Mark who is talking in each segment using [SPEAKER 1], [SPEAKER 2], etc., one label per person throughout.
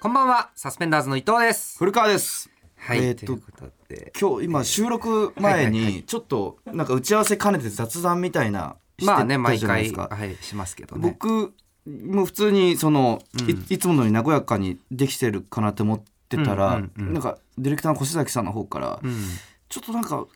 [SPEAKER 1] こんばんは、サスペンダーズの伊藤です。
[SPEAKER 2] 古川です
[SPEAKER 1] はい、
[SPEAKER 2] えーっ
[SPEAKER 1] と
[SPEAKER 2] と
[SPEAKER 1] いうことで。
[SPEAKER 2] 今日今収録前
[SPEAKER 1] はいはいは
[SPEAKER 2] にちょっとなんか打ち合わせ兼ねて雑談みたいなして
[SPEAKER 1] まあね、
[SPEAKER 2] た
[SPEAKER 1] 毎
[SPEAKER 2] じゃないで
[SPEAKER 1] 回、
[SPEAKER 2] すか
[SPEAKER 1] はい、しますけどね。
[SPEAKER 2] 僕も普通にそのいいつものように和やかにできてるかなって思ってた
[SPEAKER 1] う
[SPEAKER 2] ら
[SPEAKER 1] んうんうん
[SPEAKER 2] なんかディレクターの越崎さんの方から
[SPEAKER 1] うん、
[SPEAKER 2] ちょっとなんか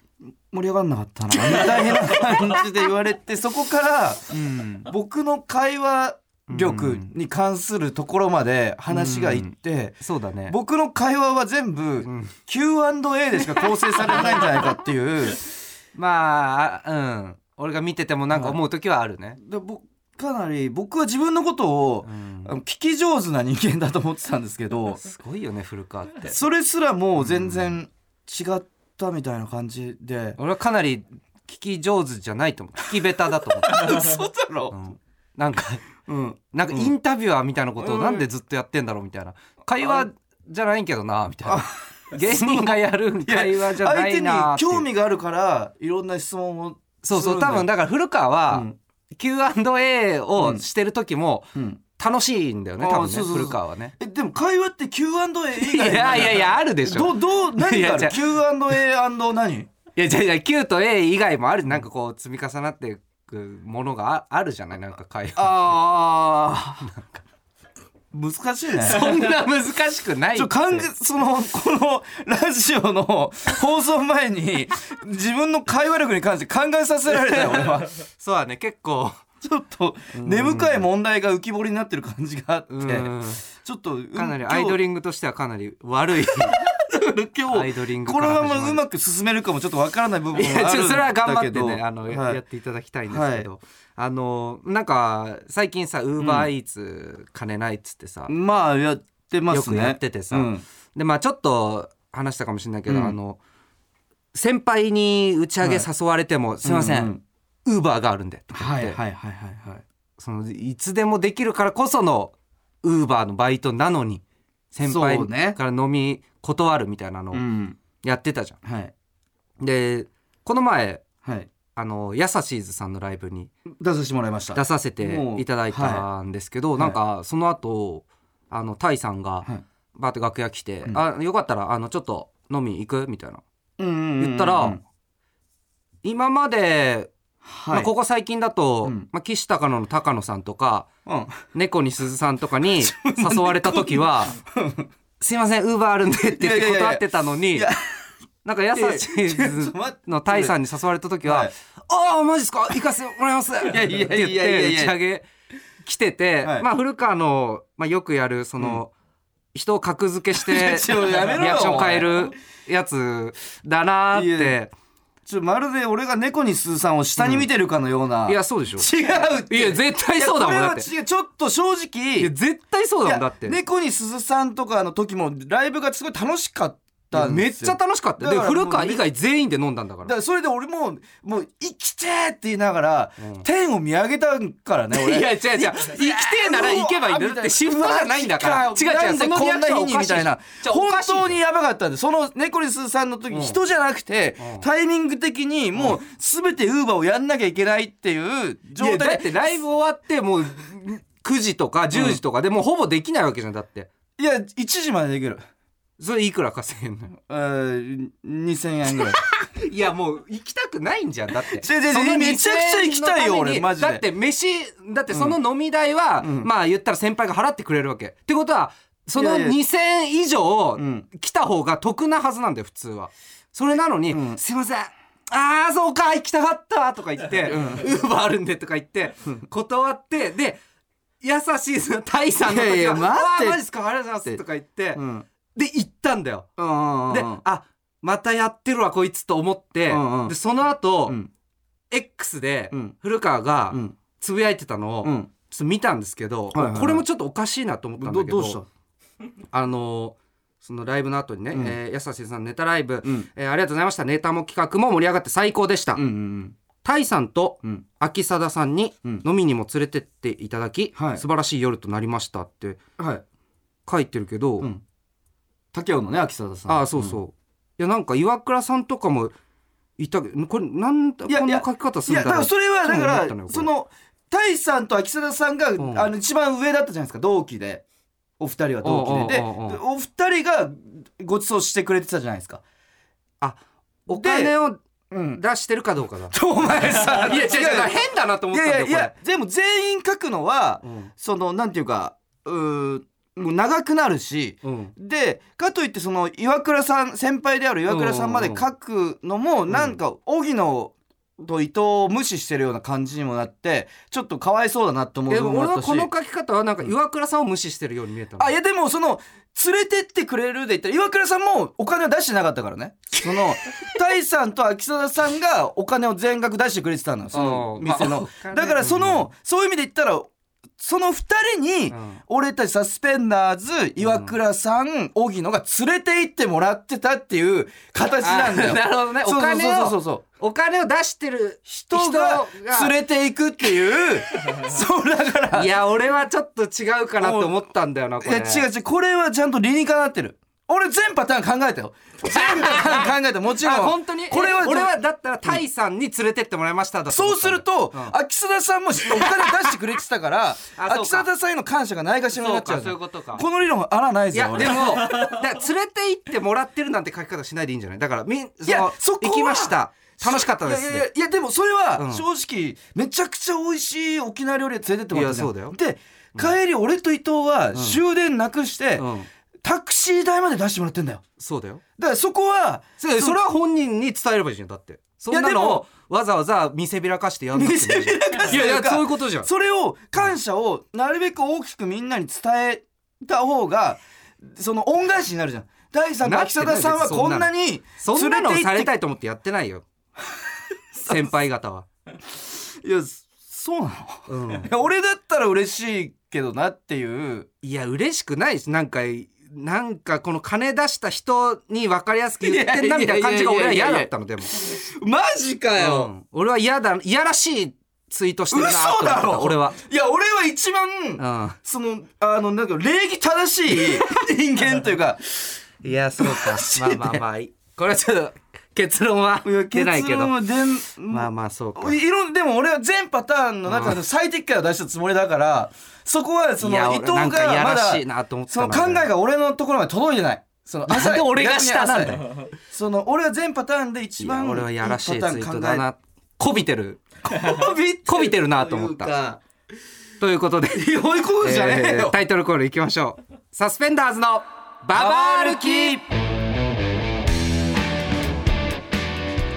[SPEAKER 2] 盛り上がんなかったなみたいな感じで言われ てそこから
[SPEAKER 1] うん、
[SPEAKER 2] 僕の会話力に関するところまで話がいって
[SPEAKER 1] そうだね。
[SPEAKER 2] 僕の会話は全部 Q&A でしか構成されないんじゃないかっていう
[SPEAKER 1] まあ、あうん、俺が見てても、なんか思う時はあるね。
[SPEAKER 2] で僕かなり僕は自分のことを
[SPEAKER 1] うん
[SPEAKER 2] あの聞き上手な人間だと思ってたんです けど
[SPEAKER 1] すごいよね、古川って。
[SPEAKER 2] それすらもう全然違ったみたいな感 じで
[SPEAKER 1] 俺はかなり聞き上手じゃないと思う。聞き下手だと 思った。
[SPEAKER 2] 嘘だ
[SPEAKER 1] う
[SPEAKER 2] ろ、
[SPEAKER 1] ん、なんか、
[SPEAKER 2] うん、
[SPEAKER 1] なんかインタビュアーみたいなことをなんでずっとやってんだろうみたいな。会話じゃないけどな、みたいな。芸人がやる会話じゃな
[SPEAKER 2] 相手
[SPEAKER 1] い
[SPEAKER 2] に
[SPEAKER 1] なっていう。
[SPEAKER 2] 興味があるからいろんな質問を
[SPEAKER 1] そうそ
[SPEAKER 2] する
[SPEAKER 1] う、
[SPEAKER 2] んだ
[SPEAKER 1] 多
[SPEAKER 2] よ
[SPEAKER 1] 分だから古川は、
[SPEAKER 2] うん
[SPEAKER 1] Q&A をしてる時も
[SPEAKER 2] うん
[SPEAKER 1] 楽しいんだよね、
[SPEAKER 2] うん
[SPEAKER 1] 多
[SPEAKER 2] あ
[SPEAKER 1] 分
[SPEAKER 2] ー
[SPEAKER 1] ね
[SPEAKER 2] そうそうそう
[SPEAKER 1] 古川はね。
[SPEAKER 2] えでも会話って Q&A
[SPEAKER 1] い
[SPEAKER 2] 以
[SPEAKER 1] や
[SPEAKER 2] 外
[SPEAKER 1] いやいやあるでしょ。
[SPEAKER 2] どどう何
[SPEAKER 1] いや
[SPEAKER 2] があ
[SPEAKER 1] じゃ
[SPEAKER 2] る
[SPEAKER 1] あ
[SPEAKER 2] Q&A& 何
[SPEAKER 1] いやじゃあじゃあ Q と A 以外もあるなんかこう積み重なっていくものがああるじゃないなんか会話。
[SPEAKER 2] あ あ難しいね
[SPEAKER 1] そんな難しくないっ
[SPEAKER 2] ち
[SPEAKER 1] て
[SPEAKER 2] ょ考えそのこのラジオの放送 前に自分の会話力に関して考えさせられたよ 俺は
[SPEAKER 1] そうだね結構。
[SPEAKER 2] ちょっと根深い問題が浮き彫りになってる感じがあって
[SPEAKER 1] うん
[SPEAKER 2] ちょっとうん
[SPEAKER 1] かなりアイドリングとしてはかなり悪 い
[SPEAKER 2] 今
[SPEAKER 1] ア
[SPEAKER 2] 日
[SPEAKER 1] イドリングか
[SPEAKER 2] この
[SPEAKER 1] ら始
[SPEAKER 2] ま
[SPEAKER 1] る
[SPEAKER 2] まうまく進めるかもちょっとわからない部分
[SPEAKER 1] いや
[SPEAKER 2] があ
[SPEAKER 1] ち
[SPEAKER 2] る
[SPEAKER 1] ょ
[SPEAKER 2] んだけど
[SPEAKER 1] それは頑張ってねあの、や
[SPEAKER 2] はい
[SPEAKER 1] やっていただきたいんですけど、あのなんか最近さウーバーイーツ金ないっつってさ、
[SPEAKER 2] まあやってま
[SPEAKER 1] よ
[SPEAKER 2] す
[SPEAKER 1] く
[SPEAKER 2] ね
[SPEAKER 1] やっててさ、
[SPEAKER 2] うん
[SPEAKER 1] でまあちょっと話したかもしれないけど、
[SPEAKER 2] うん
[SPEAKER 1] あの先輩に打ち上げ
[SPEAKER 2] はい
[SPEAKER 1] 誘われても「すいませ
[SPEAKER 2] うんん
[SPEAKER 1] ウーバーがあるんで」とか
[SPEAKER 2] は
[SPEAKER 1] 言
[SPEAKER 2] い
[SPEAKER 1] って、
[SPEAKER 2] はいはいはいはい
[SPEAKER 1] そのいつでもできるからこそのウーバーのバイトなのに先
[SPEAKER 2] そうね
[SPEAKER 1] 輩から飲み断るみたいなのを
[SPEAKER 2] うん
[SPEAKER 1] やってたじゃん。
[SPEAKER 2] はい
[SPEAKER 1] でこの前
[SPEAKER 2] はい
[SPEAKER 1] あのヤサシーズさんのライブに
[SPEAKER 2] 出させてもらいました
[SPEAKER 1] 出させていただいたんですけど、
[SPEAKER 2] う
[SPEAKER 1] なんかその後あのタイさんが
[SPEAKER 2] はい
[SPEAKER 1] バーって楽屋来て「
[SPEAKER 2] うん
[SPEAKER 1] あよかったらあのちょっと飲み行く?」みたいな言
[SPEAKER 2] 言
[SPEAKER 1] ったら今まで、まあ、こ
[SPEAKER 2] こ
[SPEAKER 1] こ最近だと、
[SPEAKER 2] うん
[SPEAKER 1] まあ、岸高野の高野さんとか
[SPEAKER 2] うん
[SPEAKER 1] 猫に鈴さんとか に誘われた時は「すいませんウーバーあるんで」って言っ
[SPEAKER 2] い
[SPEAKER 1] て
[SPEAKER 2] やいやいや
[SPEAKER 1] 断ってたのに
[SPEAKER 2] いや
[SPEAKER 1] なんか優しい
[SPEAKER 2] いや ちょっと待って
[SPEAKER 1] のタイさんに誘われた時は
[SPEAKER 2] はい
[SPEAKER 1] 「ああマジっすか行かせてもらいます」って
[SPEAKER 2] や いや
[SPEAKER 1] 言
[SPEAKER 2] いや
[SPEAKER 1] っ
[SPEAKER 2] いやいや
[SPEAKER 1] て打ち上げ来てて
[SPEAKER 2] はい
[SPEAKER 1] まあ古川のまあよくやるその人を格付けして
[SPEAKER 2] い
[SPEAKER 1] リア
[SPEAKER 2] や
[SPEAKER 1] ク
[SPEAKER 2] ち
[SPEAKER 1] シ
[SPEAKER 2] ょやめろよ
[SPEAKER 1] ョン変えるやつだなーっ
[SPEAKER 2] いや
[SPEAKER 1] て
[SPEAKER 2] ちょまるで俺が猫に鈴さんを下に見てるかのような、
[SPEAKER 1] い
[SPEAKER 2] 違う
[SPEAKER 1] やそうでしょ
[SPEAKER 2] って
[SPEAKER 1] いや絶対そうだもん
[SPEAKER 2] いや
[SPEAKER 1] だっ
[SPEAKER 2] これ
[SPEAKER 1] て
[SPEAKER 2] は違うちょっと正直
[SPEAKER 1] いや絶対そうだもんだって
[SPEAKER 2] いや猫に鈴さんとかの時もライブがすごい楽しかったん
[SPEAKER 1] め
[SPEAKER 2] で
[SPEAKER 1] っ
[SPEAKER 2] す
[SPEAKER 1] ちゃ
[SPEAKER 2] よ
[SPEAKER 1] 楽しかったよで
[SPEAKER 2] だからもう
[SPEAKER 1] 古川以外全員で飲んだんだから
[SPEAKER 2] だからそれで俺ももう「生きて!」って言いながら、
[SPEAKER 1] うん
[SPEAKER 2] 天を見上げたからね
[SPEAKER 1] い
[SPEAKER 2] 俺
[SPEAKER 1] や違う違う生きてえなら行けばいいんだよだって心配じゃないんだから違
[SPEAKER 2] うわ
[SPEAKER 1] う違う
[SPEAKER 2] なんでこんな日にみたいな本当に
[SPEAKER 1] や
[SPEAKER 2] やばかったんでそのネコリスさんの時、
[SPEAKER 1] うん
[SPEAKER 2] 人じゃなくて、
[SPEAKER 1] うん
[SPEAKER 2] タイミング的にもう全てウーバーをやんなきゃいけないっていう状
[SPEAKER 1] 状態だ
[SPEAKER 2] 態
[SPEAKER 1] ってライブ終わってもう9時とか10時とかでもうほぼできないわけじゃんだって
[SPEAKER 2] いや1時までできる、
[SPEAKER 1] それいくら稼げんのよ
[SPEAKER 2] えー、2000円ぐらい
[SPEAKER 1] いやもう行きたくないん じゃんだって
[SPEAKER 2] 違う違う違う
[SPEAKER 1] その
[SPEAKER 2] めちゃくちゃ行きたい
[SPEAKER 1] 2000
[SPEAKER 2] よ
[SPEAKER 1] のために
[SPEAKER 2] 俺マジで
[SPEAKER 1] だって飯だってその飲み代は、
[SPEAKER 2] うん
[SPEAKER 1] まあ言ったら先輩が払ってくれるわけってことはその
[SPEAKER 2] いやいや
[SPEAKER 1] 2000以上
[SPEAKER 2] ん
[SPEAKER 1] 来た方が得なはずなんだよ普通はそれなのに、
[SPEAKER 2] うん
[SPEAKER 1] すいませんああそうか行きたかったとか言ってウーバーあるんでとか言って断ってで優しいそのタイさんの時はい
[SPEAKER 2] やいや待って
[SPEAKER 1] あーマジっすかありがとうございますとか言って、
[SPEAKER 2] うん
[SPEAKER 1] で行ったんだよ
[SPEAKER 2] うんうんうん
[SPEAKER 1] で、あまたやってるわこいつと思って、
[SPEAKER 2] うんうん
[SPEAKER 1] でその後、
[SPEAKER 2] うん
[SPEAKER 1] X で
[SPEAKER 2] うん
[SPEAKER 1] 古川が
[SPEAKER 2] うん
[SPEAKER 1] つぶやいてたのを
[SPEAKER 2] うん
[SPEAKER 1] ちょっと見たんですけど、
[SPEAKER 2] いはいはい
[SPEAKER 1] これもちょっとおかしいなと思ったんだ
[SPEAKER 2] ど
[SPEAKER 1] け
[SPEAKER 2] ど
[SPEAKER 1] ど
[SPEAKER 2] うした
[SPEAKER 1] あのそのライブの後にね、
[SPEAKER 2] うん
[SPEAKER 1] えーやさしさんのネタライブ、
[SPEAKER 2] うん
[SPEAKER 1] えーありがとうございましたネタも企画も盛り上がって最高でした、
[SPEAKER 2] うんうん
[SPEAKER 1] タイさんと
[SPEAKER 2] うんうん
[SPEAKER 1] 秋貞さんに
[SPEAKER 2] うん
[SPEAKER 1] 飲みにも連れてっていただき、
[SPEAKER 2] はい
[SPEAKER 1] 素晴らしい夜となりましたって
[SPEAKER 2] はい
[SPEAKER 1] 書いてるけど、
[SPEAKER 2] うん竹雄のね秋貞さん
[SPEAKER 1] ああそうそう、いやなんか岩倉さんとかもいたけどこれなんだ
[SPEAKER 2] いや
[SPEAKER 1] こんな書き方す
[SPEAKER 2] い
[SPEAKER 1] る
[SPEAKER 2] や
[SPEAKER 1] ん
[SPEAKER 2] だ
[SPEAKER 1] だろ
[SPEAKER 2] から
[SPEAKER 1] う
[SPEAKER 2] それはだ
[SPEAKER 1] そ
[SPEAKER 2] か
[SPEAKER 1] う思ったのよ
[SPEAKER 2] ら
[SPEAKER 1] これ
[SPEAKER 2] その大さんと秋貞さんが、
[SPEAKER 1] うん
[SPEAKER 2] あの一番上だったじゃないですか同期でお二人は同期でで
[SPEAKER 1] おうおうおうおう
[SPEAKER 2] お二人がご馳走してくれてたじゃないですか。
[SPEAKER 1] あお金を
[SPEAKER 2] うん、
[SPEAKER 1] 出してるかどうかだ
[SPEAKER 2] お前さ
[SPEAKER 1] いや違う違うだから変だなと思
[SPEAKER 2] い
[SPEAKER 1] ったんだ
[SPEAKER 2] や
[SPEAKER 1] よ
[SPEAKER 2] い
[SPEAKER 1] これ
[SPEAKER 2] やでも全員書くのは、そのなんていうかうーもう長くなるし
[SPEAKER 1] うんうん
[SPEAKER 2] でかといってその岩倉さん先輩である岩倉さんまで書くのも
[SPEAKER 1] ん
[SPEAKER 2] なんか荻野と伊藤を無視してるような感じにもなってちょっとかわいそうだなと思う
[SPEAKER 1] え
[SPEAKER 2] 部分も
[SPEAKER 1] 俺
[SPEAKER 2] あっ
[SPEAKER 1] は
[SPEAKER 2] たし
[SPEAKER 1] この書き方はなんか岩倉さんを無視してるように見えたの
[SPEAKER 2] あいやでもその連れてってくれるで言ったら岩倉さんもお金は出してなかったからねそ のタイさんと秋定さんがお金を全額出してくれてたのよその
[SPEAKER 1] うんまあ
[SPEAKER 2] 店
[SPEAKER 1] お
[SPEAKER 2] の
[SPEAKER 1] 金
[SPEAKER 2] だからそのそういう意味で言ったらその2人に、
[SPEAKER 1] うん
[SPEAKER 2] 俺たちサスペンダーズ岩倉さん荻野が連れて行ってもらってたっていう形なんだよ
[SPEAKER 1] あなるほどねお
[SPEAKER 2] そうそう
[SPEAKER 1] 金
[SPEAKER 2] そうそう
[SPEAKER 1] を
[SPEAKER 2] そう
[SPEAKER 1] お金を出してる人
[SPEAKER 2] 人が連れて行くっ ていうそうだから
[SPEAKER 1] いや俺はちょっと違うかなと思ったんだよなこ
[SPEAKER 2] い
[SPEAKER 1] れ
[SPEAKER 2] や違う違うこれはちゃんと理にかなってる俺全パターン考えたよ全パターン考えたもちろん
[SPEAKER 1] あ本当に
[SPEAKER 2] これは
[SPEAKER 1] え俺はだったらタイさんに連れてってもらいましただと思
[SPEAKER 2] そ
[SPEAKER 1] っ
[SPEAKER 2] う
[SPEAKER 1] た
[SPEAKER 2] すると、秋定さんもお金出してくれてたから
[SPEAKER 1] あそうか
[SPEAKER 2] 秋定さんへの感謝がないがしろになっちゃ
[SPEAKER 1] そ
[SPEAKER 2] う
[SPEAKER 1] うかそういうことか
[SPEAKER 2] この理論あらない
[SPEAKER 1] い
[SPEAKER 2] ぞ
[SPEAKER 1] や
[SPEAKER 2] 俺
[SPEAKER 1] でもだから連れて行ってもらってるなんて書き方しないでいいんじゃないだからみんその
[SPEAKER 2] いやそこは
[SPEAKER 1] 行きました楽しかったです
[SPEAKER 2] いやいやいやいやでもそれは
[SPEAKER 1] ん
[SPEAKER 2] 正直、めちゃくちゃ美味しい沖縄料理を連れてってもらったじゃん
[SPEAKER 1] いやそう
[SPEAKER 2] で帰り俺と伊藤は終電なくして、
[SPEAKER 1] うん
[SPEAKER 2] タクシー代まで出してもらってんだよ
[SPEAKER 1] そうだよ
[SPEAKER 2] だからそこは
[SPEAKER 1] それそれは本人に伝えればいいじゃんだってそんなのをわざわざ見せびらかしてやんなくてもいいじゃん
[SPEAKER 2] 見せびらかして
[SPEAKER 1] い
[SPEAKER 2] というか
[SPEAKER 1] やいやそういうことじゃん
[SPEAKER 2] それを感謝をなるべく大きくみんなに伝えた方がその恩返しになるじゃん大さんと秋貞さんはこんなに
[SPEAKER 1] そんなのを
[SPEAKER 2] 連れて
[SPEAKER 1] さ
[SPEAKER 2] 行っ
[SPEAKER 1] れ
[SPEAKER 2] て
[SPEAKER 1] たいと思ってやってないよ先輩方はい
[SPEAKER 2] やそうなの
[SPEAKER 1] うん
[SPEAKER 2] いや俺だったら嬉しいけどなっていう
[SPEAKER 1] いや嬉しくないしなんかなんかこの金出した人に分かりやすく言ってんなみたいな感じが俺は嫌だったのでも、
[SPEAKER 2] マジか
[SPEAKER 1] うん俺は嫌だいやらしいツイートしてるなと思
[SPEAKER 2] 嘘だ
[SPEAKER 1] っ
[SPEAKER 2] ろ
[SPEAKER 1] た俺は、
[SPEAKER 2] いや俺は一番、
[SPEAKER 1] う
[SPEAKER 2] そのあのなんか礼儀正しい人間とい うか
[SPEAKER 1] ん、いやそう かまあまあまあいいこれはちょっと結論は出 ないけど
[SPEAKER 2] 結論は出ん
[SPEAKER 1] まあまあそうか
[SPEAKER 2] いろんでも俺は全パターンの中で最適解を出したつもりだからそこはそ
[SPEAKER 1] い
[SPEAKER 2] の
[SPEAKER 1] や俺
[SPEAKER 2] 伊藤が
[SPEAKER 1] な
[SPEAKER 2] ま
[SPEAKER 1] んかいやら
[SPEAKER 2] だ
[SPEAKER 1] しいなと思った
[SPEAKER 2] そ
[SPEAKER 1] な
[SPEAKER 2] の考えが俺のところまで届いてないその
[SPEAKER 1] なんで俺が下なんだよ
[SPEAKER 2] 逆に浅いその俺は全パターンで一
[SPEAKER 1] い
[SPEAKER 2] 番
[SPEAKER 1] や俺はやらしいツイートだ
[SPEAKER 2] いい
[SPEAKER 1] なこびてる
[SPEAKER 2] パターン考えこび
[SPEAKER 1] こびてるなと思った
[SPEAKER 2] というか
[SPEAKER 1] ということで
[SPEAKER 2] いや追い込むじゃねえ
[SPEAKER 1] えー
[SPEAKER 2] よ、
[SPEAKER 1] タイトルコールいきましょうサスペンダーズのババ歩き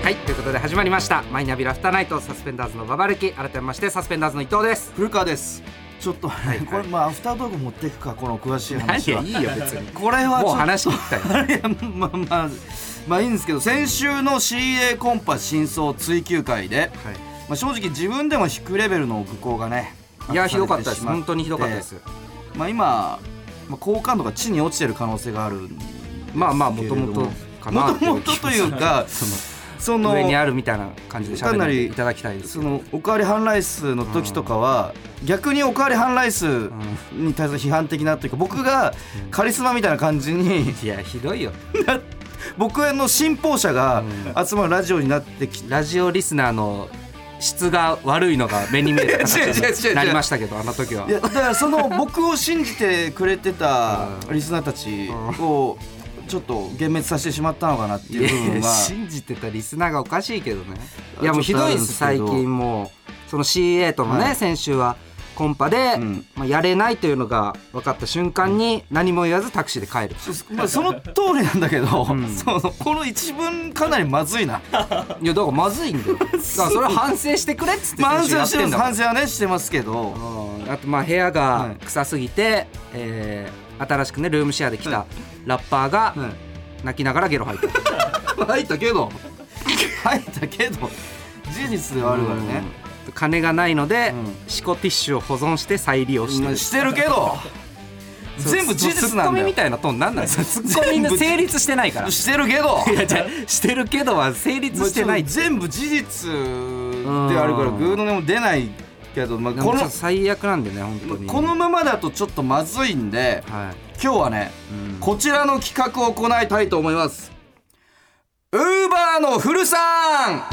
[SPEAKER 1] はいということで始まりましたマイナビラフターナイトサスペンダーズのババ歩き改めましてサスペンダーズの伊藤です
[SPEAKER 2] 古川ですちょっと、
[SPEAKER 1] い
[SPEAKER 2] これまあアフタートーク持っていくかこの詳しい話は
[SPEAKER 1] 何がいいよ別に
[SPEAKER 2] これはちょっ
[SPEAKER 1] もう
[SPEAKER 2] と
[SPEAKER 1] 話し切ったよ
[SPEAKER 2] いやまあまあまあいいんですけど先週の CA コンパ真相追求会で、まあ、正直自分でも低レベルの愚行がね
[SPEAKER 1] いや
[SPEAKER 2] 発
[SPEAKER 1] ひ
[SPEAKER 2] 揮されて
[SPEAKER 1] どかったで
[SPEAKER 2] し
[SPEAKER 1] す
[SPEAKER 2] まて
[SPEAKER 1] 本当にひどかったです
[SPEAKER 2] まあ、今、まあ、好感度が地に落ちてる可能性がある
[SPEAKER 1] まあまあ
[SPEAKER 2] け
[SPEAKER 1] も
[SPEAKER 2] れ
[SPEAKER 1] と
[SPEAKER 2] ど
[SPEAKER 1] もとかな
[SPEAKER 2] もともとというか その
[SPEAKER 1] 上にあるみたいな感じで喋
[SPEAKER 2] かな
[SPEAKER 1] って
[SPEAKER 2] り
[SPEAKER 1] いただきたいです
[SPEAKER 2] そのおかわり半ライスの時とかは、逆におかわり半ライスに対する批判的なというか僕がカリスマみたいな感じに
[SPEAKER 1] いやひどいよ
[SPEAKER 2] 僕の信奉者が集まるラジオになってきて
[SPEAKER 1] ラジオリスナーの質が悪いのが目に見えた
[SPEAKER 2] 違う違う違う違
[SPEAKER 1] 形
[SPEAKER 2] う
[SPEAKER 1] になりましたけどあの時はい
[SPEAKER 2] やだからその僕を信じてくれてたリスナーたちをちょっと幻滅させてしまったのかなって
[SPEAKER 1] い
[SPEAKER 2] い
[SPEAKER 1] や
[SPEAKER 2] う部分は
[SPEAKER 1] 信じてたリスナーがおかしいけどね
[SPEAKER 2] あ
[SPEAKER 1] いやもうひどいです
[SPEAKER 2] ちょっとある
[SPEAKER 1] 最
[SPEAKER 2] んですけど
[SPEAKER 1] 近もうその CA とのね、
[SPEAKER 2] は
[SPEAKER 1] 先週はコンパで、
[SPEAKER 2] うん
[SPEAKER 1] まあ、やれないというのが分かった瞬間に何も言わずタクシーで帰る、
[SPEAKER 2] まあその通りなんだけど、
[SPEAKER 1] ん
[SPEAKER 2] そのこの一文かなりまずいない
[SPEAKER 1] やだからまずいんだよだからそれは反省してくれっつって
[SPEAKER 2] まあ反
[SPEAKER 1] 先週や
[SPEAKER 2] 省
[SPEAKER 1] っ
[SPEAKER 2] して
[SPEAKER 1] んだ
[SPEAKER 2] ます
[SPEAKER 1] から
[SPEAKER 2] 反省はねしてますけど
[SPEAKER 1] うんあとまあ部屋が臭すぎて、えー新しくねルームシェアで来たラッパーが泣きながらゲロ吐いた
[SPEAKER 2] 入ったけど入ったけど事実ではあるからね、
[SPEAKER 1] うん金がないので、
[SPEAKER 2] うん
[SPEAKER 1] シコティッシュを保存して再利用して
[SPEAKER 2] う
[SPEAKER 1] る
[SPEAKER 2] んしてるけど全部事実なん
[SPEAKER 1] ツッコ
[SPEAKER 2] だ
[SPEAKER 1] ミ
[SPEAKER 2] よ
[SPEAKER 1] みたいなトーンなんなんですかツッコミ
[SPEAKER 2] 全部
[SPEAKER 1] 成立してないから
[SPEAKER 2] してるけど
[SPEAKER 1] いや じゃあしてるけどは成立してない
[SPEAKER 2] もうちょっと全部事実であるから
[SPEAKER 1] うん
[SPEAKER 2] グーの音も出ないけど、まあ、
[SPEAKER 1] こ
[SPEAKER 2] この
[SPEAKER 1] の最悪なんでね本当に
[SPEAKER 2] このままだとちょっとまずいんで
[SPEAKER 1] はい、
[SPEAKER 2] 今日はね
[SPEAKER 1] うん
[SPEAKER 2] こちらの企画を行いたいと思いますウーバーのフ ルさん、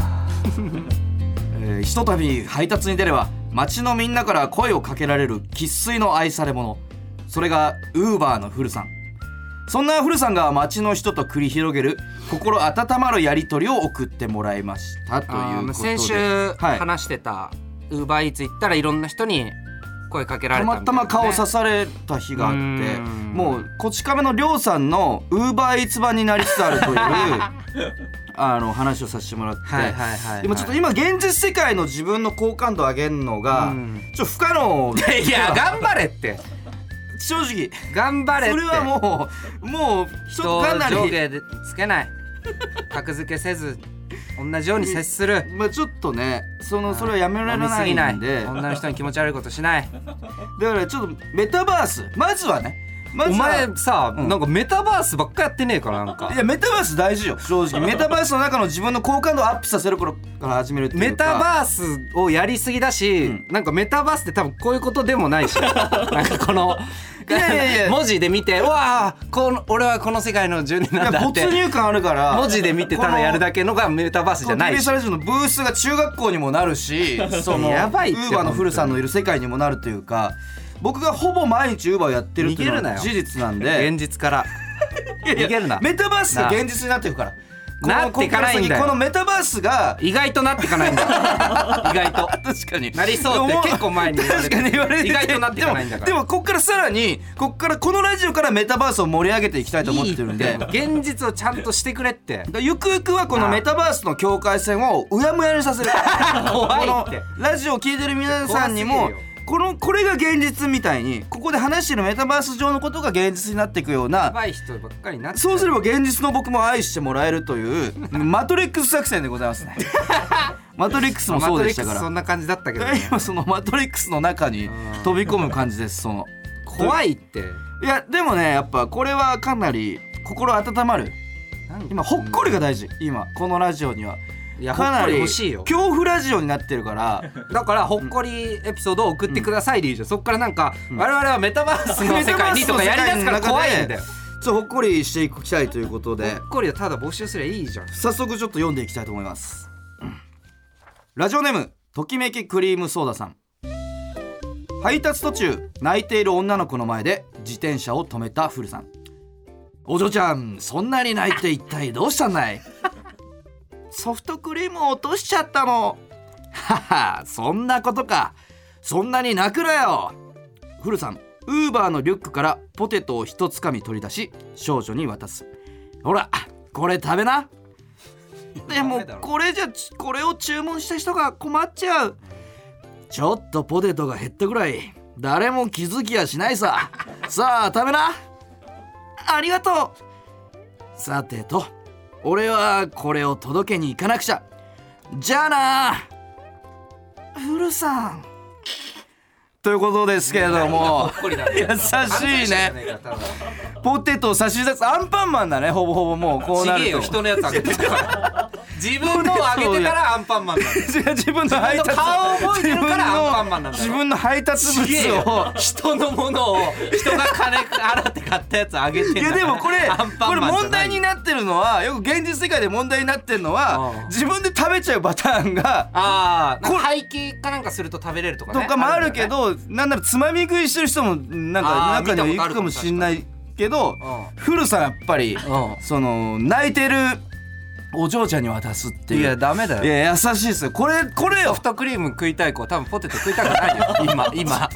[SPEAKER 2] えーひとたび配達に出れば街のみんなから声をかけられる生粋の愛され者それがウーバーのフルさんそんなフルさんが街の人と繰り広げる心温まるやり取りを送ってもらいましたと
[SPEAKER 1] あ
[SPEAKER 2] い
[SPEAKER 1] ー
[SPEAKER 2] うことで
[SPEAKER 1] 先週話してたウーバーイーツ行ったらいろんな人に声かけら
[SPEAKER 2] た
[SPEAKER 1] れた
[SPEAKER 2] またま顔
[SPEAKER 1] す
[SPEAKER 2] 刺された日があって
[SPEAKER 1] うん
[SPEAKER 2] もうこち亀のりょうさんのウーバーイーツ版になりつつあるという あの話をさせてもらって、
[SPEAKER 1] はいはいはい、はい、
[SPEAKER 2] でもちょっと今現実世界の自分の好感度上げるのが、
[SPEAKER 1] うん
[SPEAKER 2] ちょっと不可能
[SPEAKER 1] いや頑張れって
[SPEAKER 2] 正直
[SPEAKER 1] 頑張れって
[SPEAKER 2] それはもうもうち
[SPEAKER 1] 人
[SPEAKER 2] ょっと
[SPEAKER 1] を
[SPEAKER 2] かなり
[SPEAKER 1] 上下でつけない格付けせず同じように接する
[SPEAKER 2] まあちょっとねそのそれはやめられ
[SPEAKER 1] 飲みすぎ
[SPEAKER 2] な
[SPEAKER 1] ないい
[SPEAKER 2] んで
[SPEAKER 1] 女の人に気持ち悪いことしない
[SPEAKER 2] だからちょっとメタバースまずはねまず
[SPEAKER 1] お
[SPEAKER 2] は
[SPEAKER 1] 前さ、
[SPEAKER 2] うん
[SPEAKER 1] なんかメタバースばっかやってねえからなんか
[SPEAKER 2] いやメタバース大事よ正 直メタバースの中の自分の好感度をアップさせる頃から始めるっていうか
[SPEAKER 1] メ タバースをやりすぎだし、なんかメタバースって多分こういうことでもない しなんかこの
[SPEAKER 2] いやいやいや
[SPEAKER 1] 文字で見て「うわあこの俺はこの世界の住人なん
[SPEAKER 2] い
[SPEAKER 1] だ」
[SPEAKER 2] や
[SPEAKER 1] って
[SPEAKER 2] 没入感あるから
[SPEAKER 1] 文字で見てただやるだけのがメタバースじゃない
[SPEAKER 2] TBS
[SPEAKER 1] し
[SPEAKER 2] ラジオのブースが中学校にもな るしその
[SPEAKER 1] やばいっ
[SPEAKER 2] ウ
[SPEAKER 1] て
[SPEAKER 2] ーバーの古さんのいる世界にもなるというか僕がほぼ毎日ウーバーをやってるっていう
[SPEAKER 1] 逃げる
[SPEAKER 2] の
[SPEAKER 1] な
[SPEAKER 2] は
[SPEAKER 1] よ
[SPEAKER 2] 事実なんで
[SPEAKER 1] 現実から逃げるな
[SPEAKER 2] メタバースが現実になっていくからこの
[SPEAKER 1] なっていかないんだよ
[SPEAKER 2] このメタバー スが
[SPEAKER 1] 意外となっていかないんだ意外と
[SPEAKER 2] 確かに
[SPEAKER 1] なりそうって結構前に言われて
[SPEAKER 2] 確かに言われてて
[SPEAKER 1] 意外となっていかないんだから
[SPEAKER 2] でもでもこっからさらにこっからこのラジオからメタバースを盛り上げていきたいと思ってるんでだか
[SPEAKER 1] いいって現実をちゃんとしてくれって
[SPEAKER 2] らゆくゆくはこのメタバースの境界線をうやむやに させる
[SPEAKER 1] 怖い
[SPEAKER 2] こ
[SPEAKER 1] って
[SPEAKER 2] のラジオを聞いてる皆さんに
[SPEAKER 1] 怖
[SPEAKER 2] も
[SPEAKER 1] すぎるよ
[SPEAKER 2] このこれが現実みたいにここで話してるメタバース上のことが現実になっていくよう
[SPEAKER 1] や
[SPEAKER 2] な
[SPEAKER 1] ばい人ばっかりになっちゃ
[SPEAKER 2] そうすれば現実の僕も愛してもらえるというマトリックス作戦でございます ねマトリックスも
[SPEAKER 1] マ
[SPEAKER 2] そう
[SPEAKER 1] ト
[SPEAKER 2] で
[SPEAKER 1] リ
[SPEAKER 2] し
[SPEAKER 1] ッ
[SPEAKER 2] た
[SPEAKER 1] ク
[SPEAKER 2] か
[SPEAKER 1] ス
[SPEAKER 2] ら
[SPEAKER 1] そんな感じだったけどね、
[SPEAKER 2] 今そのマトリックスの中に飛び込む感じですその
[SPEAKER 1] 怖いって
[SPEAKER 2] いやでもねやっぱこれはかなり心温まる今ほっこりが大事今このラジオにはい
[SPEAKER 1] や
[SPEAKER 2] かな
[SPEAKER 1] ほっこり
[SPEAKER 2] り
[SPEAKER 1] 欲しいよ
[SPEAKER 2] 恐怖ラジオになってる から
[SPEAKER 1] だからほっこりエピソードを送ってくださいでいいじゃん、そっからなんか、我々はメタバース の世界にとかやりだすから怖いんだよ
[SPEAKER 2] ちょっとほっこりしていきたいということで
[SPEAKER 1] ほっこりをただ募集すればいいじゃん
[SPEAKER 2] 早速ちょっと読んでいきたいと思いますラジオネームときめきクリームソーダさん配達途中泣いている女の子の前で自転車を止めたフルさんお嬢ちゃんそんなに泣いて一体どうしたんだい ソフトクリームを落としちゃったのははそんなことかそんなに泣くなよフルさんウーバーのリュックからポテトを一つかみ取り出し少女に渡すほらこれ食べなでも
[SPEAKER 1] ダメだろ
[SPEAKER 2] これじゃちこれを注文した人が困っちゃうちょっとポテトが減ったぐらい誰も気づきやしないささあ食べなありがとうさてと俺はこれを届けに行かなくちゃじゃあなフルさんということですけれども
[SPEAKER 1] ほっこりだね
[SPEAKER 2] 優しいね
[SPEAKER 1] ただ
[SPEAKER 2] ポテトを差し出すアンパンマンだねほぼほぼもうこうな
[SPEAKER 1] ちげえ
[SPEAKER 2] る
[SPEAKER 1] よ
[SPEAKER 2] と
[SPEAKER 1] 人のやつあげてた から自分のをあげてたらアンパンマンなんだよ
[SPEAKER 2] 違う 自分の配
[SPEAKER 1] 自
[SPEAKER 2] 達
[SPEAKER 1] 分の顔を覚えてるからアンパンマンなんだろ
[SPEAKER 2] 自分の配達
[SPEAKER 1] ちげえ
[SPEAKER 2] 物を
[SPEAKER 1] よ人のものを人が金払って買ったやつあげてん
[SPEAKER 2] い
[SPEAKER 1] だ
[SPEAKER 2] や
[SPEAKER 1] から
[SPEAKER 2] でもこれ
[SPEAKER 1] アンパ
[SPEAKER 2] こ
[SPEAKER 1] ン
[SPEAKER 2] れ
[SPEAKER 1] マンじゃ
[SPEAKER 2] 問題になってるのはよく現実世界で問題になってるのは
[SPEAKER 1] うん
[SPEAKER 2] 自分で食べちゃうパターンが
[SPEAKER 1] ああ廃棄かなんかすると食べれるとか
[SPEAKER 2] と
[SPEAKER 1] ね
[SPEAKER 2] かもあるけ
[SPEAKER 1] んだよね
[SPEAKER 2] どなんならつまみ食いしてる人もなん
[SPEAKER 1] あ
[SPEAKER 2] か
[SPEAKER 1] ー
[SPEAKER 2] 中には
[SPEAKER 1] 見たことある
[SPEAKER 2] いる
[SPEAKER 1] か
[SPEAKER 2] か
[SPEAKER 1] も
[SPEAKER 2] もしんないけど
[SPEAKER 1] う
[SPEAKER 2] 古さんやっぱり
[SPEAKER 1] ん
[SPEAKER 2] その泣いてるお嬢ちゃんに渡すっていう
[SPEAKER 1] い
[SPEAKER 2] い
[SPEAKER 1] やダメだよ
[SPEAKER 2] いや優しいですよこれこれよ
[SPEAKER 1] ソフトクリーム食いたい子は多分ポテト食いたくないよ 今今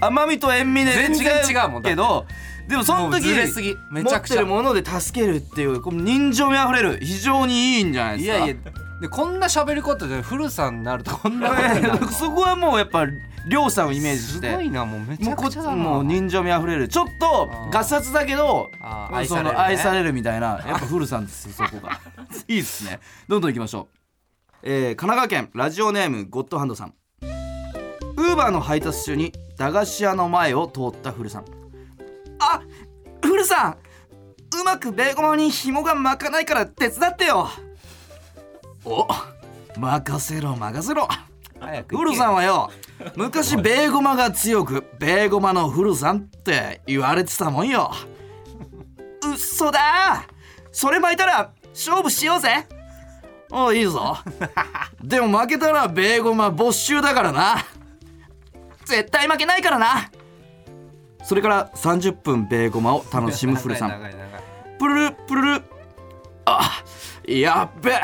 [SPEAKER 2] 甘みと塩味で
[SPEAKER 1] 全然違うもんだって
[SPEAKER 2] けどでもその
[SPEAKER 1] もう
[SPEAKER 2] 時
[SPEAKER 1] ずれすぎめちゃくちゃ
[SPEAKER 2] 持ってるもので助けるっていうこの人情味あふれる非常にいいんじゃないで
[SPEAKER 1] い
[SPEAKER 2] すか
[SPEAKER 1] やいやでこんな喋り方で古さんになるとこんなこ とになるの
[SPEAKER 2] そこはもうやっぱりょうさんをイメージ
[SPEAKER 1] す
[SPEAKER 2] して
[SPEAKER 1] ごいなもうめち
[SPEAKER 2] もう
[SPEAKER 1] ゃ
[SPEAKER 2] こ
[SPEAKER 1] く
[SPEAKER 2] っ
[SPEAKER 1] ち
[SPEAKER 2] ち
[SPEAKER 1] ゃだな
[SPEAKER 2] もう人情味あふれるちょっと
[SPEAKER 1] あー
[SPEAKER 2] ガサツだけど
[SPEAKER 1] あー
[SPEAKER 2] まあ
[SPEAKER 1] 愛さ
[SPEAKER 2] そ
[SPEAKER 1] れるね
[SPEAKER 2] の愛されるみたいなやっぱフルさんですよそ こがいいですねどんどん行きましょう、えー神奈川県ラジオネームゴッドハンドさんウーバーの配達中に駄菓子屋の前を通ったフルさんあフルさんうまくベーゴマに紐が巻かないから手伝ってよお任せろ任せろ
[SPEAKER 1] 早く
[SPEAKER 2] フルさんはよ昔ベーゴマが強くベーゴマのフルさんって言われてたもんよ嘘だそれ巻いたら勝負しようぜおういいぞでも負けたらベーゴマ没収だからな絶対負けないからなそれから30分ベーゴマを楽しむ古さん
[SPEAKER 1] 長い長い長い
[SPEAKER 2] プルルプルルあやっべ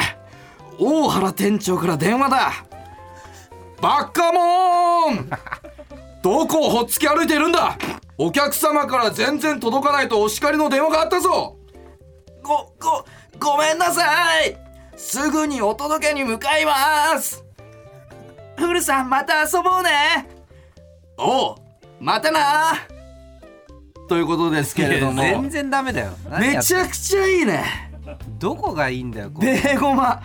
[SPEAKER 2] 大原店長から電話だバッカモーンどこをほっつき歩いているんだお客様から全然届かないとお叱りの電話があったぞごごごめんなさいすぐにお届けに向かいますフルさんまた遊ぼうねおうまたなということですけれども
[SPEAKER 1] いや 全然ダメだよ何や
[SPEAKER 2] め
[SPEAKER 1] って
[SPEAKER 2] ちゃくちゃいいね
[SPEAKER 1] どこがいいんだよこう
[SPEAKER 2] ベーゴマ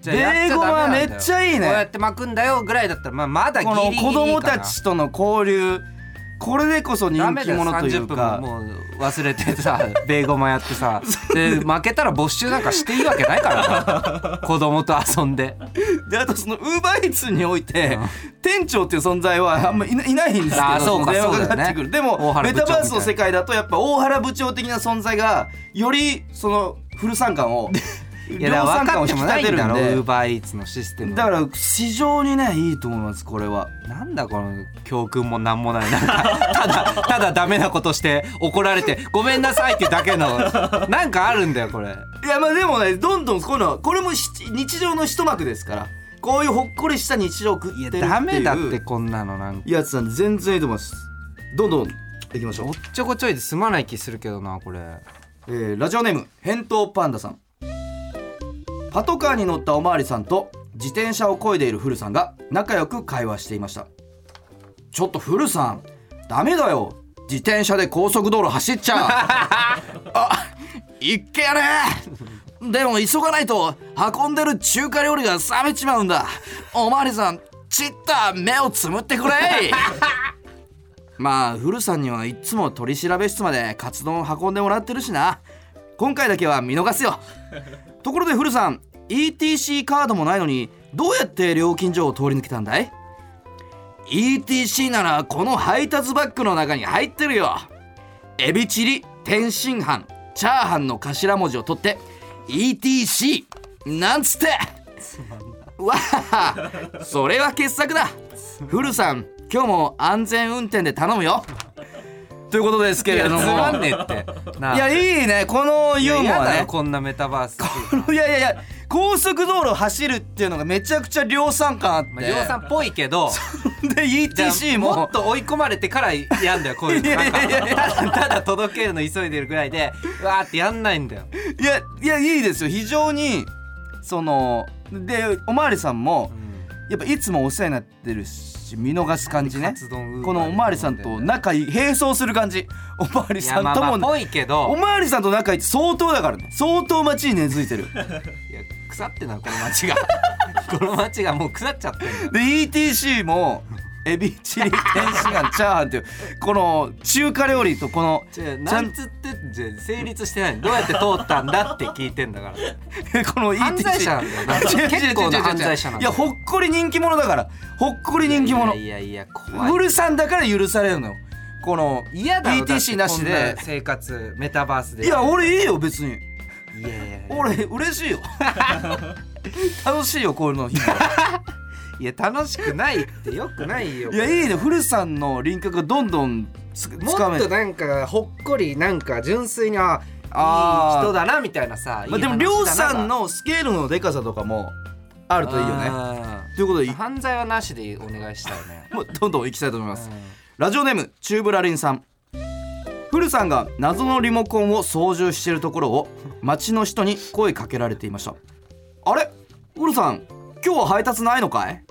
[SPEAKER 1] じゃあやっちゃダメなんだよ
[SPEAKER 2] ベーゴマめっちゃいいね
[SPEAKER 1] こうやって巻くんだよぐらいだったらまあまだギ
[SPEAKER 2] こ
[SPEAKER 1] リギ
[SPEAKER 2] の
[SPEAKER 1] リ
[SPEAKER 2] 子供た
[SPEAKER 1] いいか
[SPEAKER 2] ちとの交流これでこそ人
[SPEAKER 1] なダメ
[SPEAKER 2] 気
[SPEAKER 1] だよ
[SPEAKER 2] 者とい
[SPEAKER 1] 30
[SPEAKER 2] う
[SPEAKER 1] 分
[SPEAKER 2] か
[SPEAKER 1] ももう忘れてさ ベーゴマやってさで負けたら没収なんかしていいわけない からな子供と遊んで
[SPEAKER 2] であとそのウーバーイーツにおいて店長っていう存在はあんまいないいないんですけ
[SPEAKER 1] あー
[SPEAKER 2] ど
[SPEAKER 1] そうか
[SPEAKER 2] 電話
[SPEAKER 1] そうだよね
[SPEAKER 2] かかってくるで
[SPEAKER 1] 大
[SPEAKER 2] も
[SPEAKER 1] 原
[SPEAKER 2] メ
[SPEAKER 1] 部長
[SPEAKER 2] タ
[SPEAKER 1] みたいな
[SPEAKER 2] バースの世界だとやっぱ大原部長的な存在がよりその古参感を
[SPEAKER 1] いやだから分かってもないんだろウー
[SPEAKER 2] で
[SPEAKER 1] バーイーツのシステム
[SPEAKER 2] だから非常にねいいと思いますこれは。
[SPEAKER 1] なんだこの教訓もなんもないなんかただただダメなことして怒られてごめんなさいっていうだけのなんかあるんだよこれ
[SPEAKER 2] いやまあでもねどんどんこういうのはこれもひ日常の一幕ですからこういうほっこりした日常を食ってるっていう
[SPEAKER 1] ダメだってこんなのなんか
[SPEAKER 2] やつなんで全然いいと思いますどんどんいきましょう
[SPEAKER 1] おっ、ちょこちょいで済まない気するけどなこれ
[SPEAKER 2] えーラジオネーム返答パンダさんパトカーに乗ったおまわりさんと自転車を漕いでいる古さんが仲良く会話していましたちょっと古さんダメだよ自転車で高速道路走っちゃうあいっけやれでも急がないと運んでる中華料理が冷めちまうんだおまわりさんちった目をつむってくれまあ古さんにはいっつも取り調べ室までカツ丼を運んでもらってるしな今回だけは見逃すよところで古さん ETC カードもないのにどうやって料金所を通り抜けたんだい ETC ならこの配達バッグの中に入ってるよエビチリ天津飯チャーハンの頭文字を取って ETC なんつってわあそれは傑作だ古さん今日も安全運転で頼むよということですけ
[SPEAKER 1] い
[SPEAKER 2] れ
[SPEAKER 1] や
[SPEAKER 2] ど
[SPEAKER 1] つ
[SPEAKER 2] も
[SPEAKER 1] まんねえってない
[SPEAKER 2] や
[SPEAKER 1] い
[SPEAKER 2] いいねこのユーモア
[SPEAKER 1] だ
[SPEAKER 2] ね
[SPEAKER 1] よこんなメタ バース
[SPEAKER 2] いやいやいや高速道路走るっていうのがめちゃくちゃ量産感あって、
[SPEAKER 1] まあ量産っぽいけど
[SPEAKER 2] で ETC
[SPEAKER 1] も
[SPEAKER 2] も
[SPEAKER 1] っと追い込まれてからやんだよこういうのなんか
[SPEAKER 2] いやいやいや
[SPEAKER 1] ただただ届けるの急いでるぐらいでうわーってやんないんだよ
[SPEAKER 2] いやいやいいですよ非常にそのでおまわりさんもやっぱいつもお世話になってるし見逃す感じね
[SPEAKER 1] カツ丼
[SPEAKER 2] このおまわりさんと仲いい並走する感じおまわり
[SPEAKER 1] い
[SPEAKER 2] さ
[SPEAKER 1] やま
[SPEAKER 2] ん
[SPEAKER 1] あ
[SPEAKER 2] と
[SPEAKER 1] ま
[SPEAKER 2] も、
[SPEAKER 1] あぽいけど
[SPEAKER 2] おまわりさんと仲いいって相当だからね相当街に根付いてる
[SPEAKER 1] いや腐ってんなこの町 がこの町がもう腐っちゃってんだよ
[SPEAKER 2] で ETC もエビチリ天津飯チャーハンっていうこの中華料理とこの
[SPEAKER 1] じゃあ
[SPEAKER 2] ちゃ
[SPEAKER 1] なん
[SPEAKER 2] ん
[SPEAKER 1] つってじゃあ成立してないどうやって通ったんだって聞いてんだから
[SPEAKER 2] この ETC
[SPEAKER 1] 犯罪者なんだよなんか
[SPEAKER 2] 違う違う違う違う
[SPEAKER 1] 結構な犯罪者なん
[SPEAKER 2] い
[SPEAKER 1] だよ
[SPEAKER 2] やほっこり人気者だからほっこり人気者
[SPEAKER 1] いやいやいや怖い
[SPEAKER 2] ウルさんだから許されるのよこの
[SPEAKER 1] 嫌だろ
[SPEAKER 2] ETC な
[SPEAKER 1] だって
[SPEAKER 2] しで
[SPEAKER 1] こん生活メタバースで
[SPEAKER 2] いや俺いいよ別に
[SPEAKER 1] いやいやいや
[SPEAKER 2] 俺嬉しいよ 楽しいよこういうの日 々
[SPEAKER 1] いや楽しくないってよくないよ
[SPEAKER 2] いやいいね古さんの輪郭がどんどんつつ
[SPEAKER 1] も
[SPEAKER 2] か
[SPEAKER 1] っ
[SPEAKER 2] め
[SPEAKER 1] となんかほっこりなんか純粋にあ
[SPEAKER 2] あー
[SPEAKER 1] いい人だなみたいなさ
[SPEAKER 2] まあ、でもりょうさんのスケールのでかさとかもあ
[SPEAKER 1] あ
[SPEAKER 2] るといいよね
[SPEAKER 1] ね
[SPEAKER 2] という ことで
[SPEAKER 1] 犯罪はなしでお願いしたいね
[SPEAKER 2] もうどんどん行きたいと思いますラジオネームチューブラリンさん古さんが謎のリモコンを操縦しているところを街の人に声かけられていましたあれ古さん今日は配達ないのかい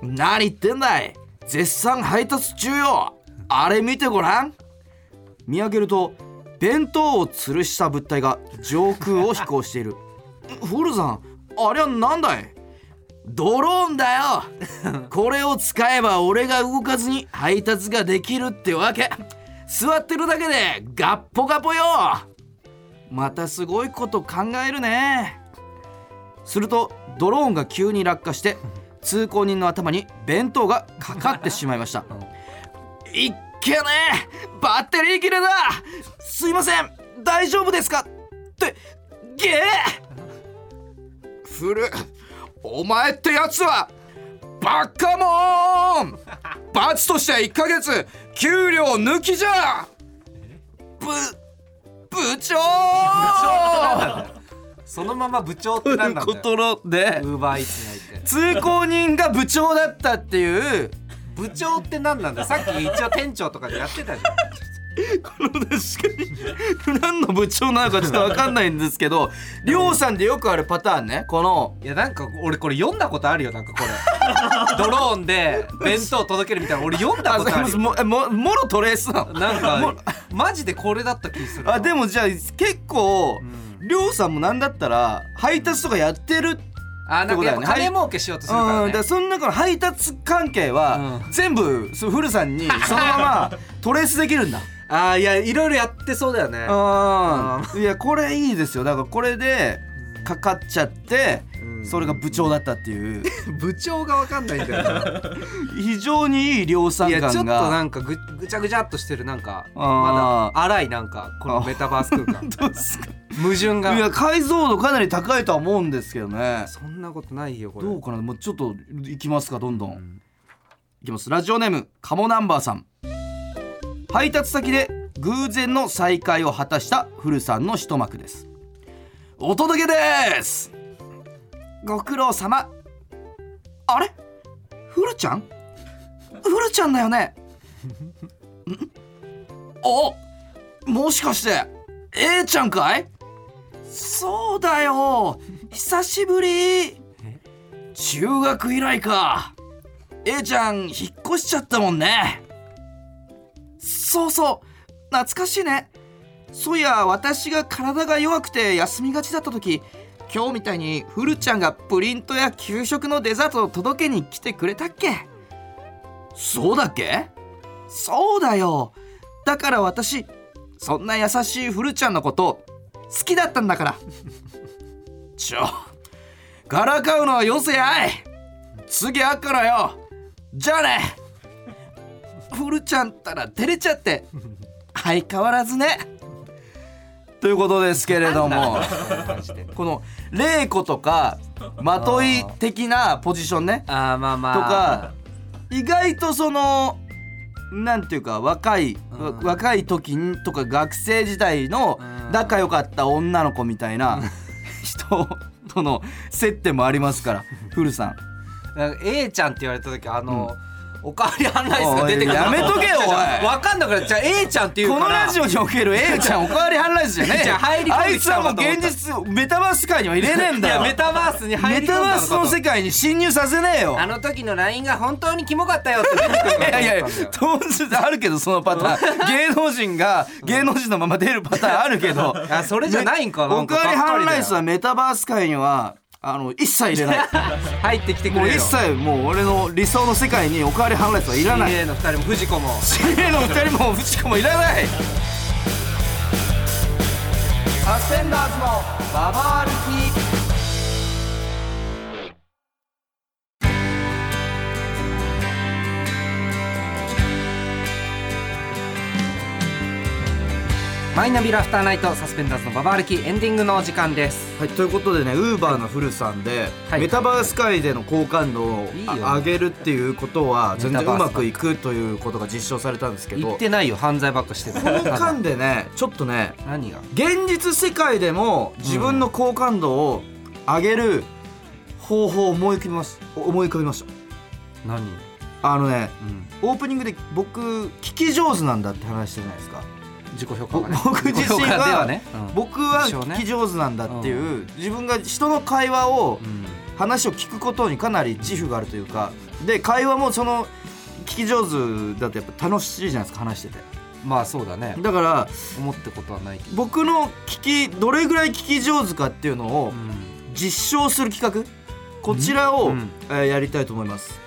[SPEAKER 2] 何言ってんだい絶賛配達中よあれ見てごらん見上げると弁当を吊るした物体が上空を飛行している古さんあれは何だいドローンだよこれを使えば俺が動かずに配達ができるってわけ座ってるだけでガッポガポよまたすごいこと考えるねするとドローンが急に落下して通行人の頭に弁当がかかってしまいましたいっけねえバッテリー切れだすいません大丈夫ですかってげえ古っお前ってやつはバッカモン罰としては1ヶ月給料抜きじゃぶ部長
[SPEAKER 1] そのまま部長ってなんだ
[SPEAKER 2] ところで
[SPEAKER 1] ウーバーイーツに入って
[SPEAKER 2] 通行人が部長だったっていう
[SPEAKER 1] 部長って何なんだよさっき一応店長とかでやってたじゃん
[SPEAKER 2] この確かに何の部長なのかちょっと分かんないんですけどりょうさんでよくあるパターンねこの
[SPEAKER 1] いやなんか俺これ読んだことあるよなんかこ れドローンで弁当届けるみたいな俺読んだことあるよ
[SPEAKER 2] もももろトレースなの
[SPEAKER 1] なんかマジでこれだった気するな
[SPEAKER 2] あでもじゃあ結構
[SPEAKER 1] うん
[SPEAKER 2] りょうさんもなんだったら配達とかやってる
[SPEAKER 1] あなんかやっぱ
[SPEAKER 2] ってことだよね
[SPEAKER 1] 金儲けしようとするから
[SPEAKER 2] うん、だから
[SPEAKER 1] ね
[SPEAKER 2] その中の配達関係は、
[SPEAKER 1] うん
[SPEAKER 2] 全部そう古さんにそのま まトレースできるんだ。
[SPEAKER 1] あーいやいろいろやってそうだよね
[SPEAKER 2] うん、いやこれいいですよだからこれでかかっちゃって、
[SPEAKER 1] うん
[SPEAKER 2] それが部長だったっていう
[SPEAKER 1] 部長がわかんないんだよ な
[SPEAKER 2] 非常にいい量産
[SPEAKER 1] いやちょっと
[SPEAKER 2] 感
[SPEAKER 1] な
[SPEAKER 2] が。
[SPEAKER 1] んかぐぐちゃぐちゃっとしてるなんか
[SPEAKER 2] あ
[SPEAKER 1] ま
[SPEAKER 2] ー
[SPEAKER 1] だ荒いなんかこのメタバース空 間
[SPEAKER 2] どうですか
[SPEAKER 1] 矛盾
[SPEAKER 2] い
[SPEAKER 1] が
[SPEAKER 2] や解像度かなり高いとは思うんですけどね
[SPEAKER 1] そんなことないよこれ
[SPEAKER 2] どうかなもうちょっといきますかどんどん、
[SPEAKER 1] ん
[SPEAKER 2] いきますラジオネームカモナンバーさん配達先で偶然の再会を果たした古さんの一幕ですお届けですご苦労様あれ古ちゃん古ちゃんだよね んおもしかして A ちゃんかいそうだよ久しぶり中学以来か A ちゃん引っ越しちゃったもんねそうそう懐かしいねそういや私が体が弱くて休みがちだった時今日みたいにフルちゃんがプリントや給食のデザートを届けに来てくれたっけそうだっけそうだよだから私そんな優しいフルちゃんのこと好きだったんだからちょからかうのはよせやい次会っからよじゃあねフルちゃんったら照れちゃって相変わらずねということですけれども
[SPEAKER 1] マジで
[SPEAKER 2] この玲子とかまとい的なポジションね
[SPEAKER 1] あーまあま
[SPEAKER 2] と
[SPEAKER 1] あ
[SPEAKER 2] か意外とそのなんていうか若い
[SPEAKER 1] ん
[SPEAKER 2] わ若い時にとか学生時代の
[SPEAKER 1] うん
[SPEAKER 2] 仲良かった女の子みたいな人との接点もありま すから古さん。
[SPEAKER 1] なんか A ちゃんって言われた時あの、おかわり案内室が出てくる
[SPEAKER 2] おいやめとけ よおい
[SPEAKER 1] 分かんなくなっちゃう A ちゃんって言う
[SPEAKER 2] こ
[SPEAKER 1] から
[SPEAKER 2] のラジオにおける A ちゃんおかわりハンライスじゃね え
[SPEAKER 1] じゃあ入り
[SPEAKER 2] あ
[SPEAKER 1] 込ん
[SPEAKER 2] い
[SPEAKER 1] でき
[SPEAKER 2] つは
[SPEAKER 1] た
[SPEAKER 2] も
[SPEAKER 1] の
[SPEAKER 2] う
[SPEAKER 1] かと思った
[SPEAKER 2] 現実メタバース界には入れねえん
[SPEAKER 1] い
[SPEAKER 2] だよ
[SPEAKER 1] や
[SPEAKER 2] メ
[SPEAKER 1] メ
[SPEAKER 2] タ
[SPEAKER 1] タバースに 入り込んだ
[SPEAKER 2] バー
[SPEAKER 1] の
[SPEAKER 2] ス
[SPEAKER 1] か
[SPEAKER 2] の
[SPEAKER 1] と
[SPEAKER 2] 世界に侵入させねえよ
[SPEAKER 1] あの時の LINE が本当にキモかったよって出てくる
[SPEAKER 2] い
[SPEAKER 1] か
[SPEAKER 2] や
[SPEAKER 1] ら
[SPEAKER 2] いやいや
[SPEAKER 1] 思ったんだよ
[SPEAKER 2] 当日あるけどそのパターン 芸能人が芸能人のまま出るパターンあるけど
[SPEAKER 1] あそれじゃないんかな
[SPEAKER 2] お
[SPEAKER 1] ん
[SPEAKER 2] かわ
[SPEAKER 1] が
[SPEAKER 2] り
[SPEAKER 1] っか
[SPEAKER 2] ハ
[SPEAKER 1] だよ
[SPEAKER 2] ンライスはメタバース界にはあの一切入れない
[SPEAKER 1] 入ってきてくれ
[SPEAKER 2] もう
[SPEAKER 1] よ
[SPEAKER 2] 一切もう俺の理想の世界におかわりハンライスはいらない
[SPEAKER 1] CA の二人も藤子も
[SPEAKER 2] CA の二人も藤子もいらない
[SPEAKER 1] サスペンダーズのババ歩きマイナビラフターナイトサスペンダーズのババ歩きエンディングのお時間です
[SPEAKER 2] はい、ということでねウーバーの古さんで、
[SPEAKER 1] はい
[SPEAKER 2] メタバース界での好感度を
[SPEAKER 1] いいよ
[SPEAKER 2] あ上げるっていうことは全然
[SPEAKER 1] メタバ
[SPEAKER 2] う
[SPEAKER 1] ース
[SPEAKER 2] まくいくということが実証されたんですけ
[SPEAKER 1] 言っ
[SPEAKER 2] ど
[SPEAKER 1] てないよ犯罪ばっかしてる
[SPEAKER 2] 好
[SPEAKER 1] ただ
[SPEAKER 2] 感でねちょっとね
[SPEAKER 1] 何が
[SPEAKER 2] 現実世界でも自分の好感度を上げる方法を思い浮かびます思い浮かびまし
[SPEAKER 1] 何
[SPEAKER 2] たあのね
[SPEAKER 1] うん
[SPEAKER 2] オープニングで僕聞き上手なんだって話してるじゃないですか
[SPEAKER 1] 自己評価
[SPEAKER 2] ぼ
[SPEAKER 1] がね
[SPEAKER 2] 僕自身
[SPEAKER 1] 自己評価では
[SPEAKER 2] は、
[SPEAKER 1] ねうん
[SPEAKER 2] 僕は
[SPEAKER 1] 多少ね
[SPEAKER 2] 聞き上手なんだっていう、自分が人の会話
[SPEAKER 1] う
[SPEAKER 2] を、
[SPEAKER 1] ん
[SPEAKER 2] 話を聞くことにかなり自負があるというかで会話もその聞き上手だとやっぱ楽しいじゃないですか話してて
[SPEAKER 1] まあそうだね
[SPEAKER 2] だから
[SPEAKER 1] 思ってことはないけど
[SPEAKER 2] 僕の聞きどれぐらい聞き上手かっていうの
[SPEAKER 1] う
[SPEAKER 2] を
[SPEAKER 1] ん
[SPEAKER 2] 実証する企画こちら
[SPEAKER 1] うん
[SPEAKER 2] を、
[SPEAKER 1] うん
[SPEAKER 2] えーやりたいと思います、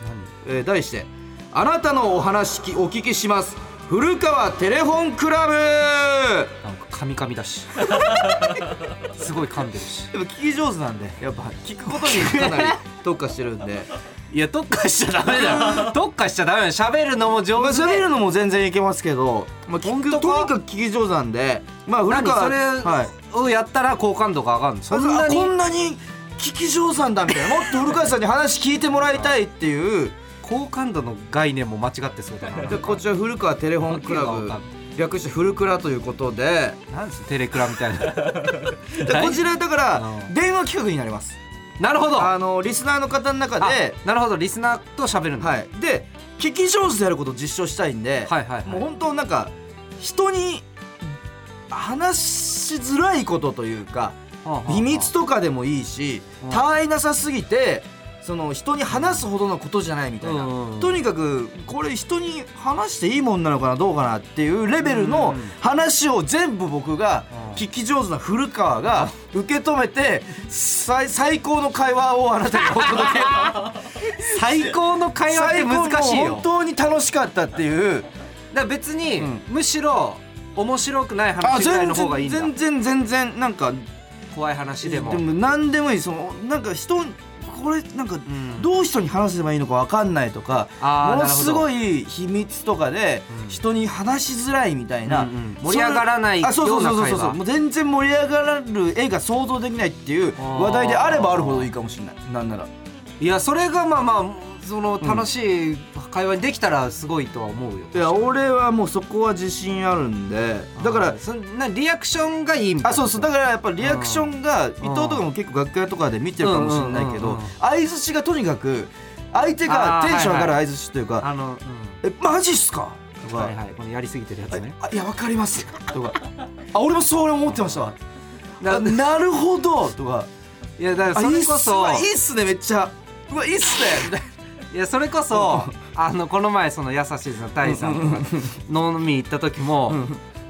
[SPEAKER 1] 何
[SPEAKER 2] えー題して「あなたのお話きお聞きします古川テレフォンクラブ」
[SPEAKER 1] なんかカミカミだ しすごい噛んでるし
[SPEAKER 2] やっぱ聞き上手なんでやっぱ聞くことに かなり特化してるんで
[SPEAKER 1] いや特化しちゃダメだよ 特化しちゃダメだよ喋るのも上
[SPEAKER 2] まあ
[SPEAKER 1] 手で
[SPEAKER 2] 喋るのも全然いけますけど、まあ、聞く
[SPEAKER 1] 本当
[SPEAKER 2] と
[SPEAKER 1] か
[SPEAKER 2] にかく聞き上手なんでまあ古
[SPEAKER 1] 何
[SPEAKER 2] 川
[SPEAKER 1] それ
[SPEAKER 2] はい
[SPEAKER 1] をやったら好感度が上がるのそん
[SPEAKER 2] あ
[SPEAKER 1] なに
[SPEAKER 2] こんなに聞き上手なんだみたいなもっと古川さんに話聞いてもらいたいっていう
[SPEAKER 1] 好感度の概念も間違ってそう だな
[SPEAKER 2] でこちら古川テレホンクラブ略して「フルクラ」ということで
[SPEAKER 1] なんですテレクラみたいな
[SPEAKER 2] でこちらだから
[SPEAKER 1] うん
[SPEAKER 2] 電話企画になります
[SPEAKER 1] なるほど
[SPEAKER 2] あのリスナーの方の中で
[SPEAKER 1] あなるほどリスナーと喋るんだ、
[SPEAKER 2] はい、で聞き上手であることを実証したいんで、
[SPEAKER 1] はいはいはい
[SPEAKER 2] もう本当なんか人に話しづらいことというか
[SPEAKER 1] はあはあはあ
[SPEAKER 2] 秘密とかでもいいし
[SPEAKER 1] うん
[SPEAKER 2] たわいなさすぎてその人に話すほどのことじゃないみたいな、
[SPEAKER 1] うんうん
[SPEAKER 2] とにかくこれ人に話していいもんなのかなどうかなっていうレベルの
[SPEAKER 1] うんうん
[SPEAKER 2] 話を全部僕が
[SPEAKER 1] うん
[SPEAKER 2] 聞き上手な古川が受け止めて最最高の会話をあなたにお届け
[SPEAKER 1] 最高の会話って難しい
[SPEAKER 2] 最高もう
[SPEAKER 1] よ
[SPEAKER 2] 本当に楽しかったっていう
[SPEAKER 1] だから別に、
[SPEAKER 2] うん
[SPEAKER 1] むしろ面白くない話ぐらいの方がいいんだ
[SPEAKER 2] 全然全然なんか
[SPEAKER 1] 怖い話でも
[SPEAKER 2] 何でもいいそのなんか人これなんか
[SPEAKER 1] ん
[SPEAKER 2] どう人に話せばいいのか分かんないとか、
[SPEAKER 1] あー
[SPEAKER 2] ものすご
[SPEAKER 1] ない
[SPEAKER 2] 秘密とかで
[SPEAKER 1] うん
[SPEAKER 2] 人に話しづらいみたいな、
[SPEAKER 1] うんうん盛り上がらない
[SPEAKER 2] あそうそうそうそう
[SPEAKER 1] よ
[SPEAKER 2] そ
[SPEAKER 1] な会
[SPEAKER 2] うう
[SPEAKER 1] 話
[SPEAKER 2] もう全然盛り上がる絵が想像できないっていう話題であればあるほどいいかもしれないなんなら
[SPEAKER 1] いやそれがまあまあその楽しい会話にできたらすごいとは思うよ、
[SPEAKER 2] いや俺はもうそこは自信あるんでだから
[SPEAKER 1] そんなリアクションがいいみたいな
[SPEAKER 2] あそうそうだからやっぱリアクションが伊藤とかも結構楽屋とかで見てるかもしれない
[SPEAKER 1] う
[SPEAKER 2] け
[SPEAKER 1] んうん
[SPEAKER 2] ど
[SPEAKER 1] うんうん
[SPEAKER 2] 相づちがとにかく相手が
[SPEAKER 1] あー
[SPEAKER 2] テンション上がる
[SPEAKER 1] は
[SPEAKER 2] 相づちというか「
[SPEAKER 1] あの、
[SPEAKER 2] えマジっすか?」
[SPEAKER 1] う
[SPEAKER 2] と
[SPEAKER 1] ん、
[SPEAKER 2] か
[SPEAKER 1] はいはいこのやりすぎてるやつね
[SPEAKER 2] 「あいやわかります」とか「あ俺もそう思ってましたわ」ななるほど」とか
[SPEAKER 1] いやだ
[SPEAKER 2] 「
[SPEAKER 1] か
[SPEAKER 2] あい
[SPEAKER 1] らそ
[SPEAKER 2] いっ
[SPEAKER 1] れ
[SPEAKER 2] す
[SPEAKER 1] こそ
[SPEAKER 2] わいいっすねめっちゃうわいいっすね」み たいない
[SPEAKER 1] やそれこそあのこの前その優しいのタイさんとか飲み行った時も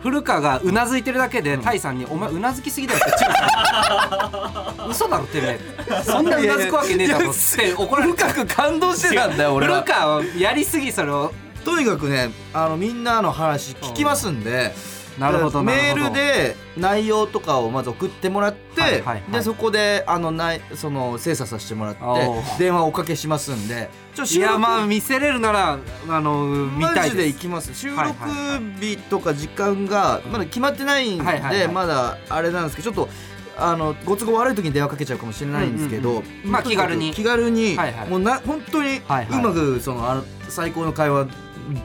[SPEAKER 1] 古川がうなずいてるだけでタイさんに「お前うなずきすぎだよ」って言っちゃう 嘘だろてめえそんなうなずくわけねえだろって怒られて
[SPEAKER 2] 深く感動してたんだよ俺
[SPEAKER 1] 古
[SPEAKER 2] は
[SPEAKER 1] 川はやりすぎそれを
[SPEAKER 2] とにかくねあのみんなの話聞きますんで、
[SPEAKER 1] なるほどなるほ
[SPEAKER 2] メ
[SPEAKER 1] ど
[SPEAKER 2] ールで内容とかをまず送ってもらって、
[SPEAKER 1] はいはいはい
[SPEAKER 2] でそこであのないその精査させてもらって
[SPEAKER 1] おう
[SPEAKER 2] 電話をおかけしますんでちょ
[SPEAKER 1] いやまあ見せれるならあの見た
[SPEAKER 2] マ
[SPEAKER 1] い
[SPEAKER 2] ジで
[SPEAKER 1] で
[SPEAKER 2] 行
[SPEAKER 1] す
[SPEAKER 2] きます収録
[SPEAKER 1] はいはい
[SPEAKER 2] 日とか時間がまだ決まってないんで、
[SPEAKER 1] はいはいはい
[SPEAKER 2] まだあれなんですけどちょっとあのご都合悪い時に電話かけちゃうかもしれないんですけど、
[SPEAKER 1] うんうんうんまあ気軽に
[SPEAKER 2] 気軽に、
[SPEAKER 1] はいはい
[SPEAKER 2] もうな本当にう
[SPEAKER 1] はいはい
[SPEAKER 2] まくそのあの最高の会話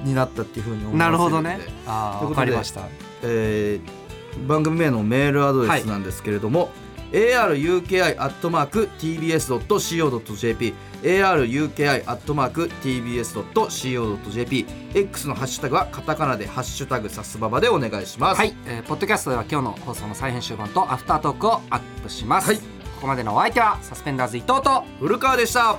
[SPEAKER 2] になったっていうふうに思いま
[SPEAKER 1] な
[SPEAKER 2] すので
[SPEAKER 1] るほどねあ
[SPEAKER 2] という
[SPEAKER 1] 分
[SPEAKER 2] こ
[SPEAKER 1] か
[SPEAKER 2] とで
[SPEAKER 1] りました
[SPEAKER 2] えー番組名のメールアドレスなんですけれども、aruki.tbs.co.jp aruki.tbs.co.jpx のハッシュタグはカタカナで「ハッシュタグさすばば」でお願いします、
[SPEAKER 1] はい、えーポッドキャストでは今日の放送の再編集版とアフタートークをアップします、
[SPEAKER 2] はい
[SPEAKER 1] ここまでのお相手はサスペンダーズ伊藤と
[SPEAKER 2] 古川でした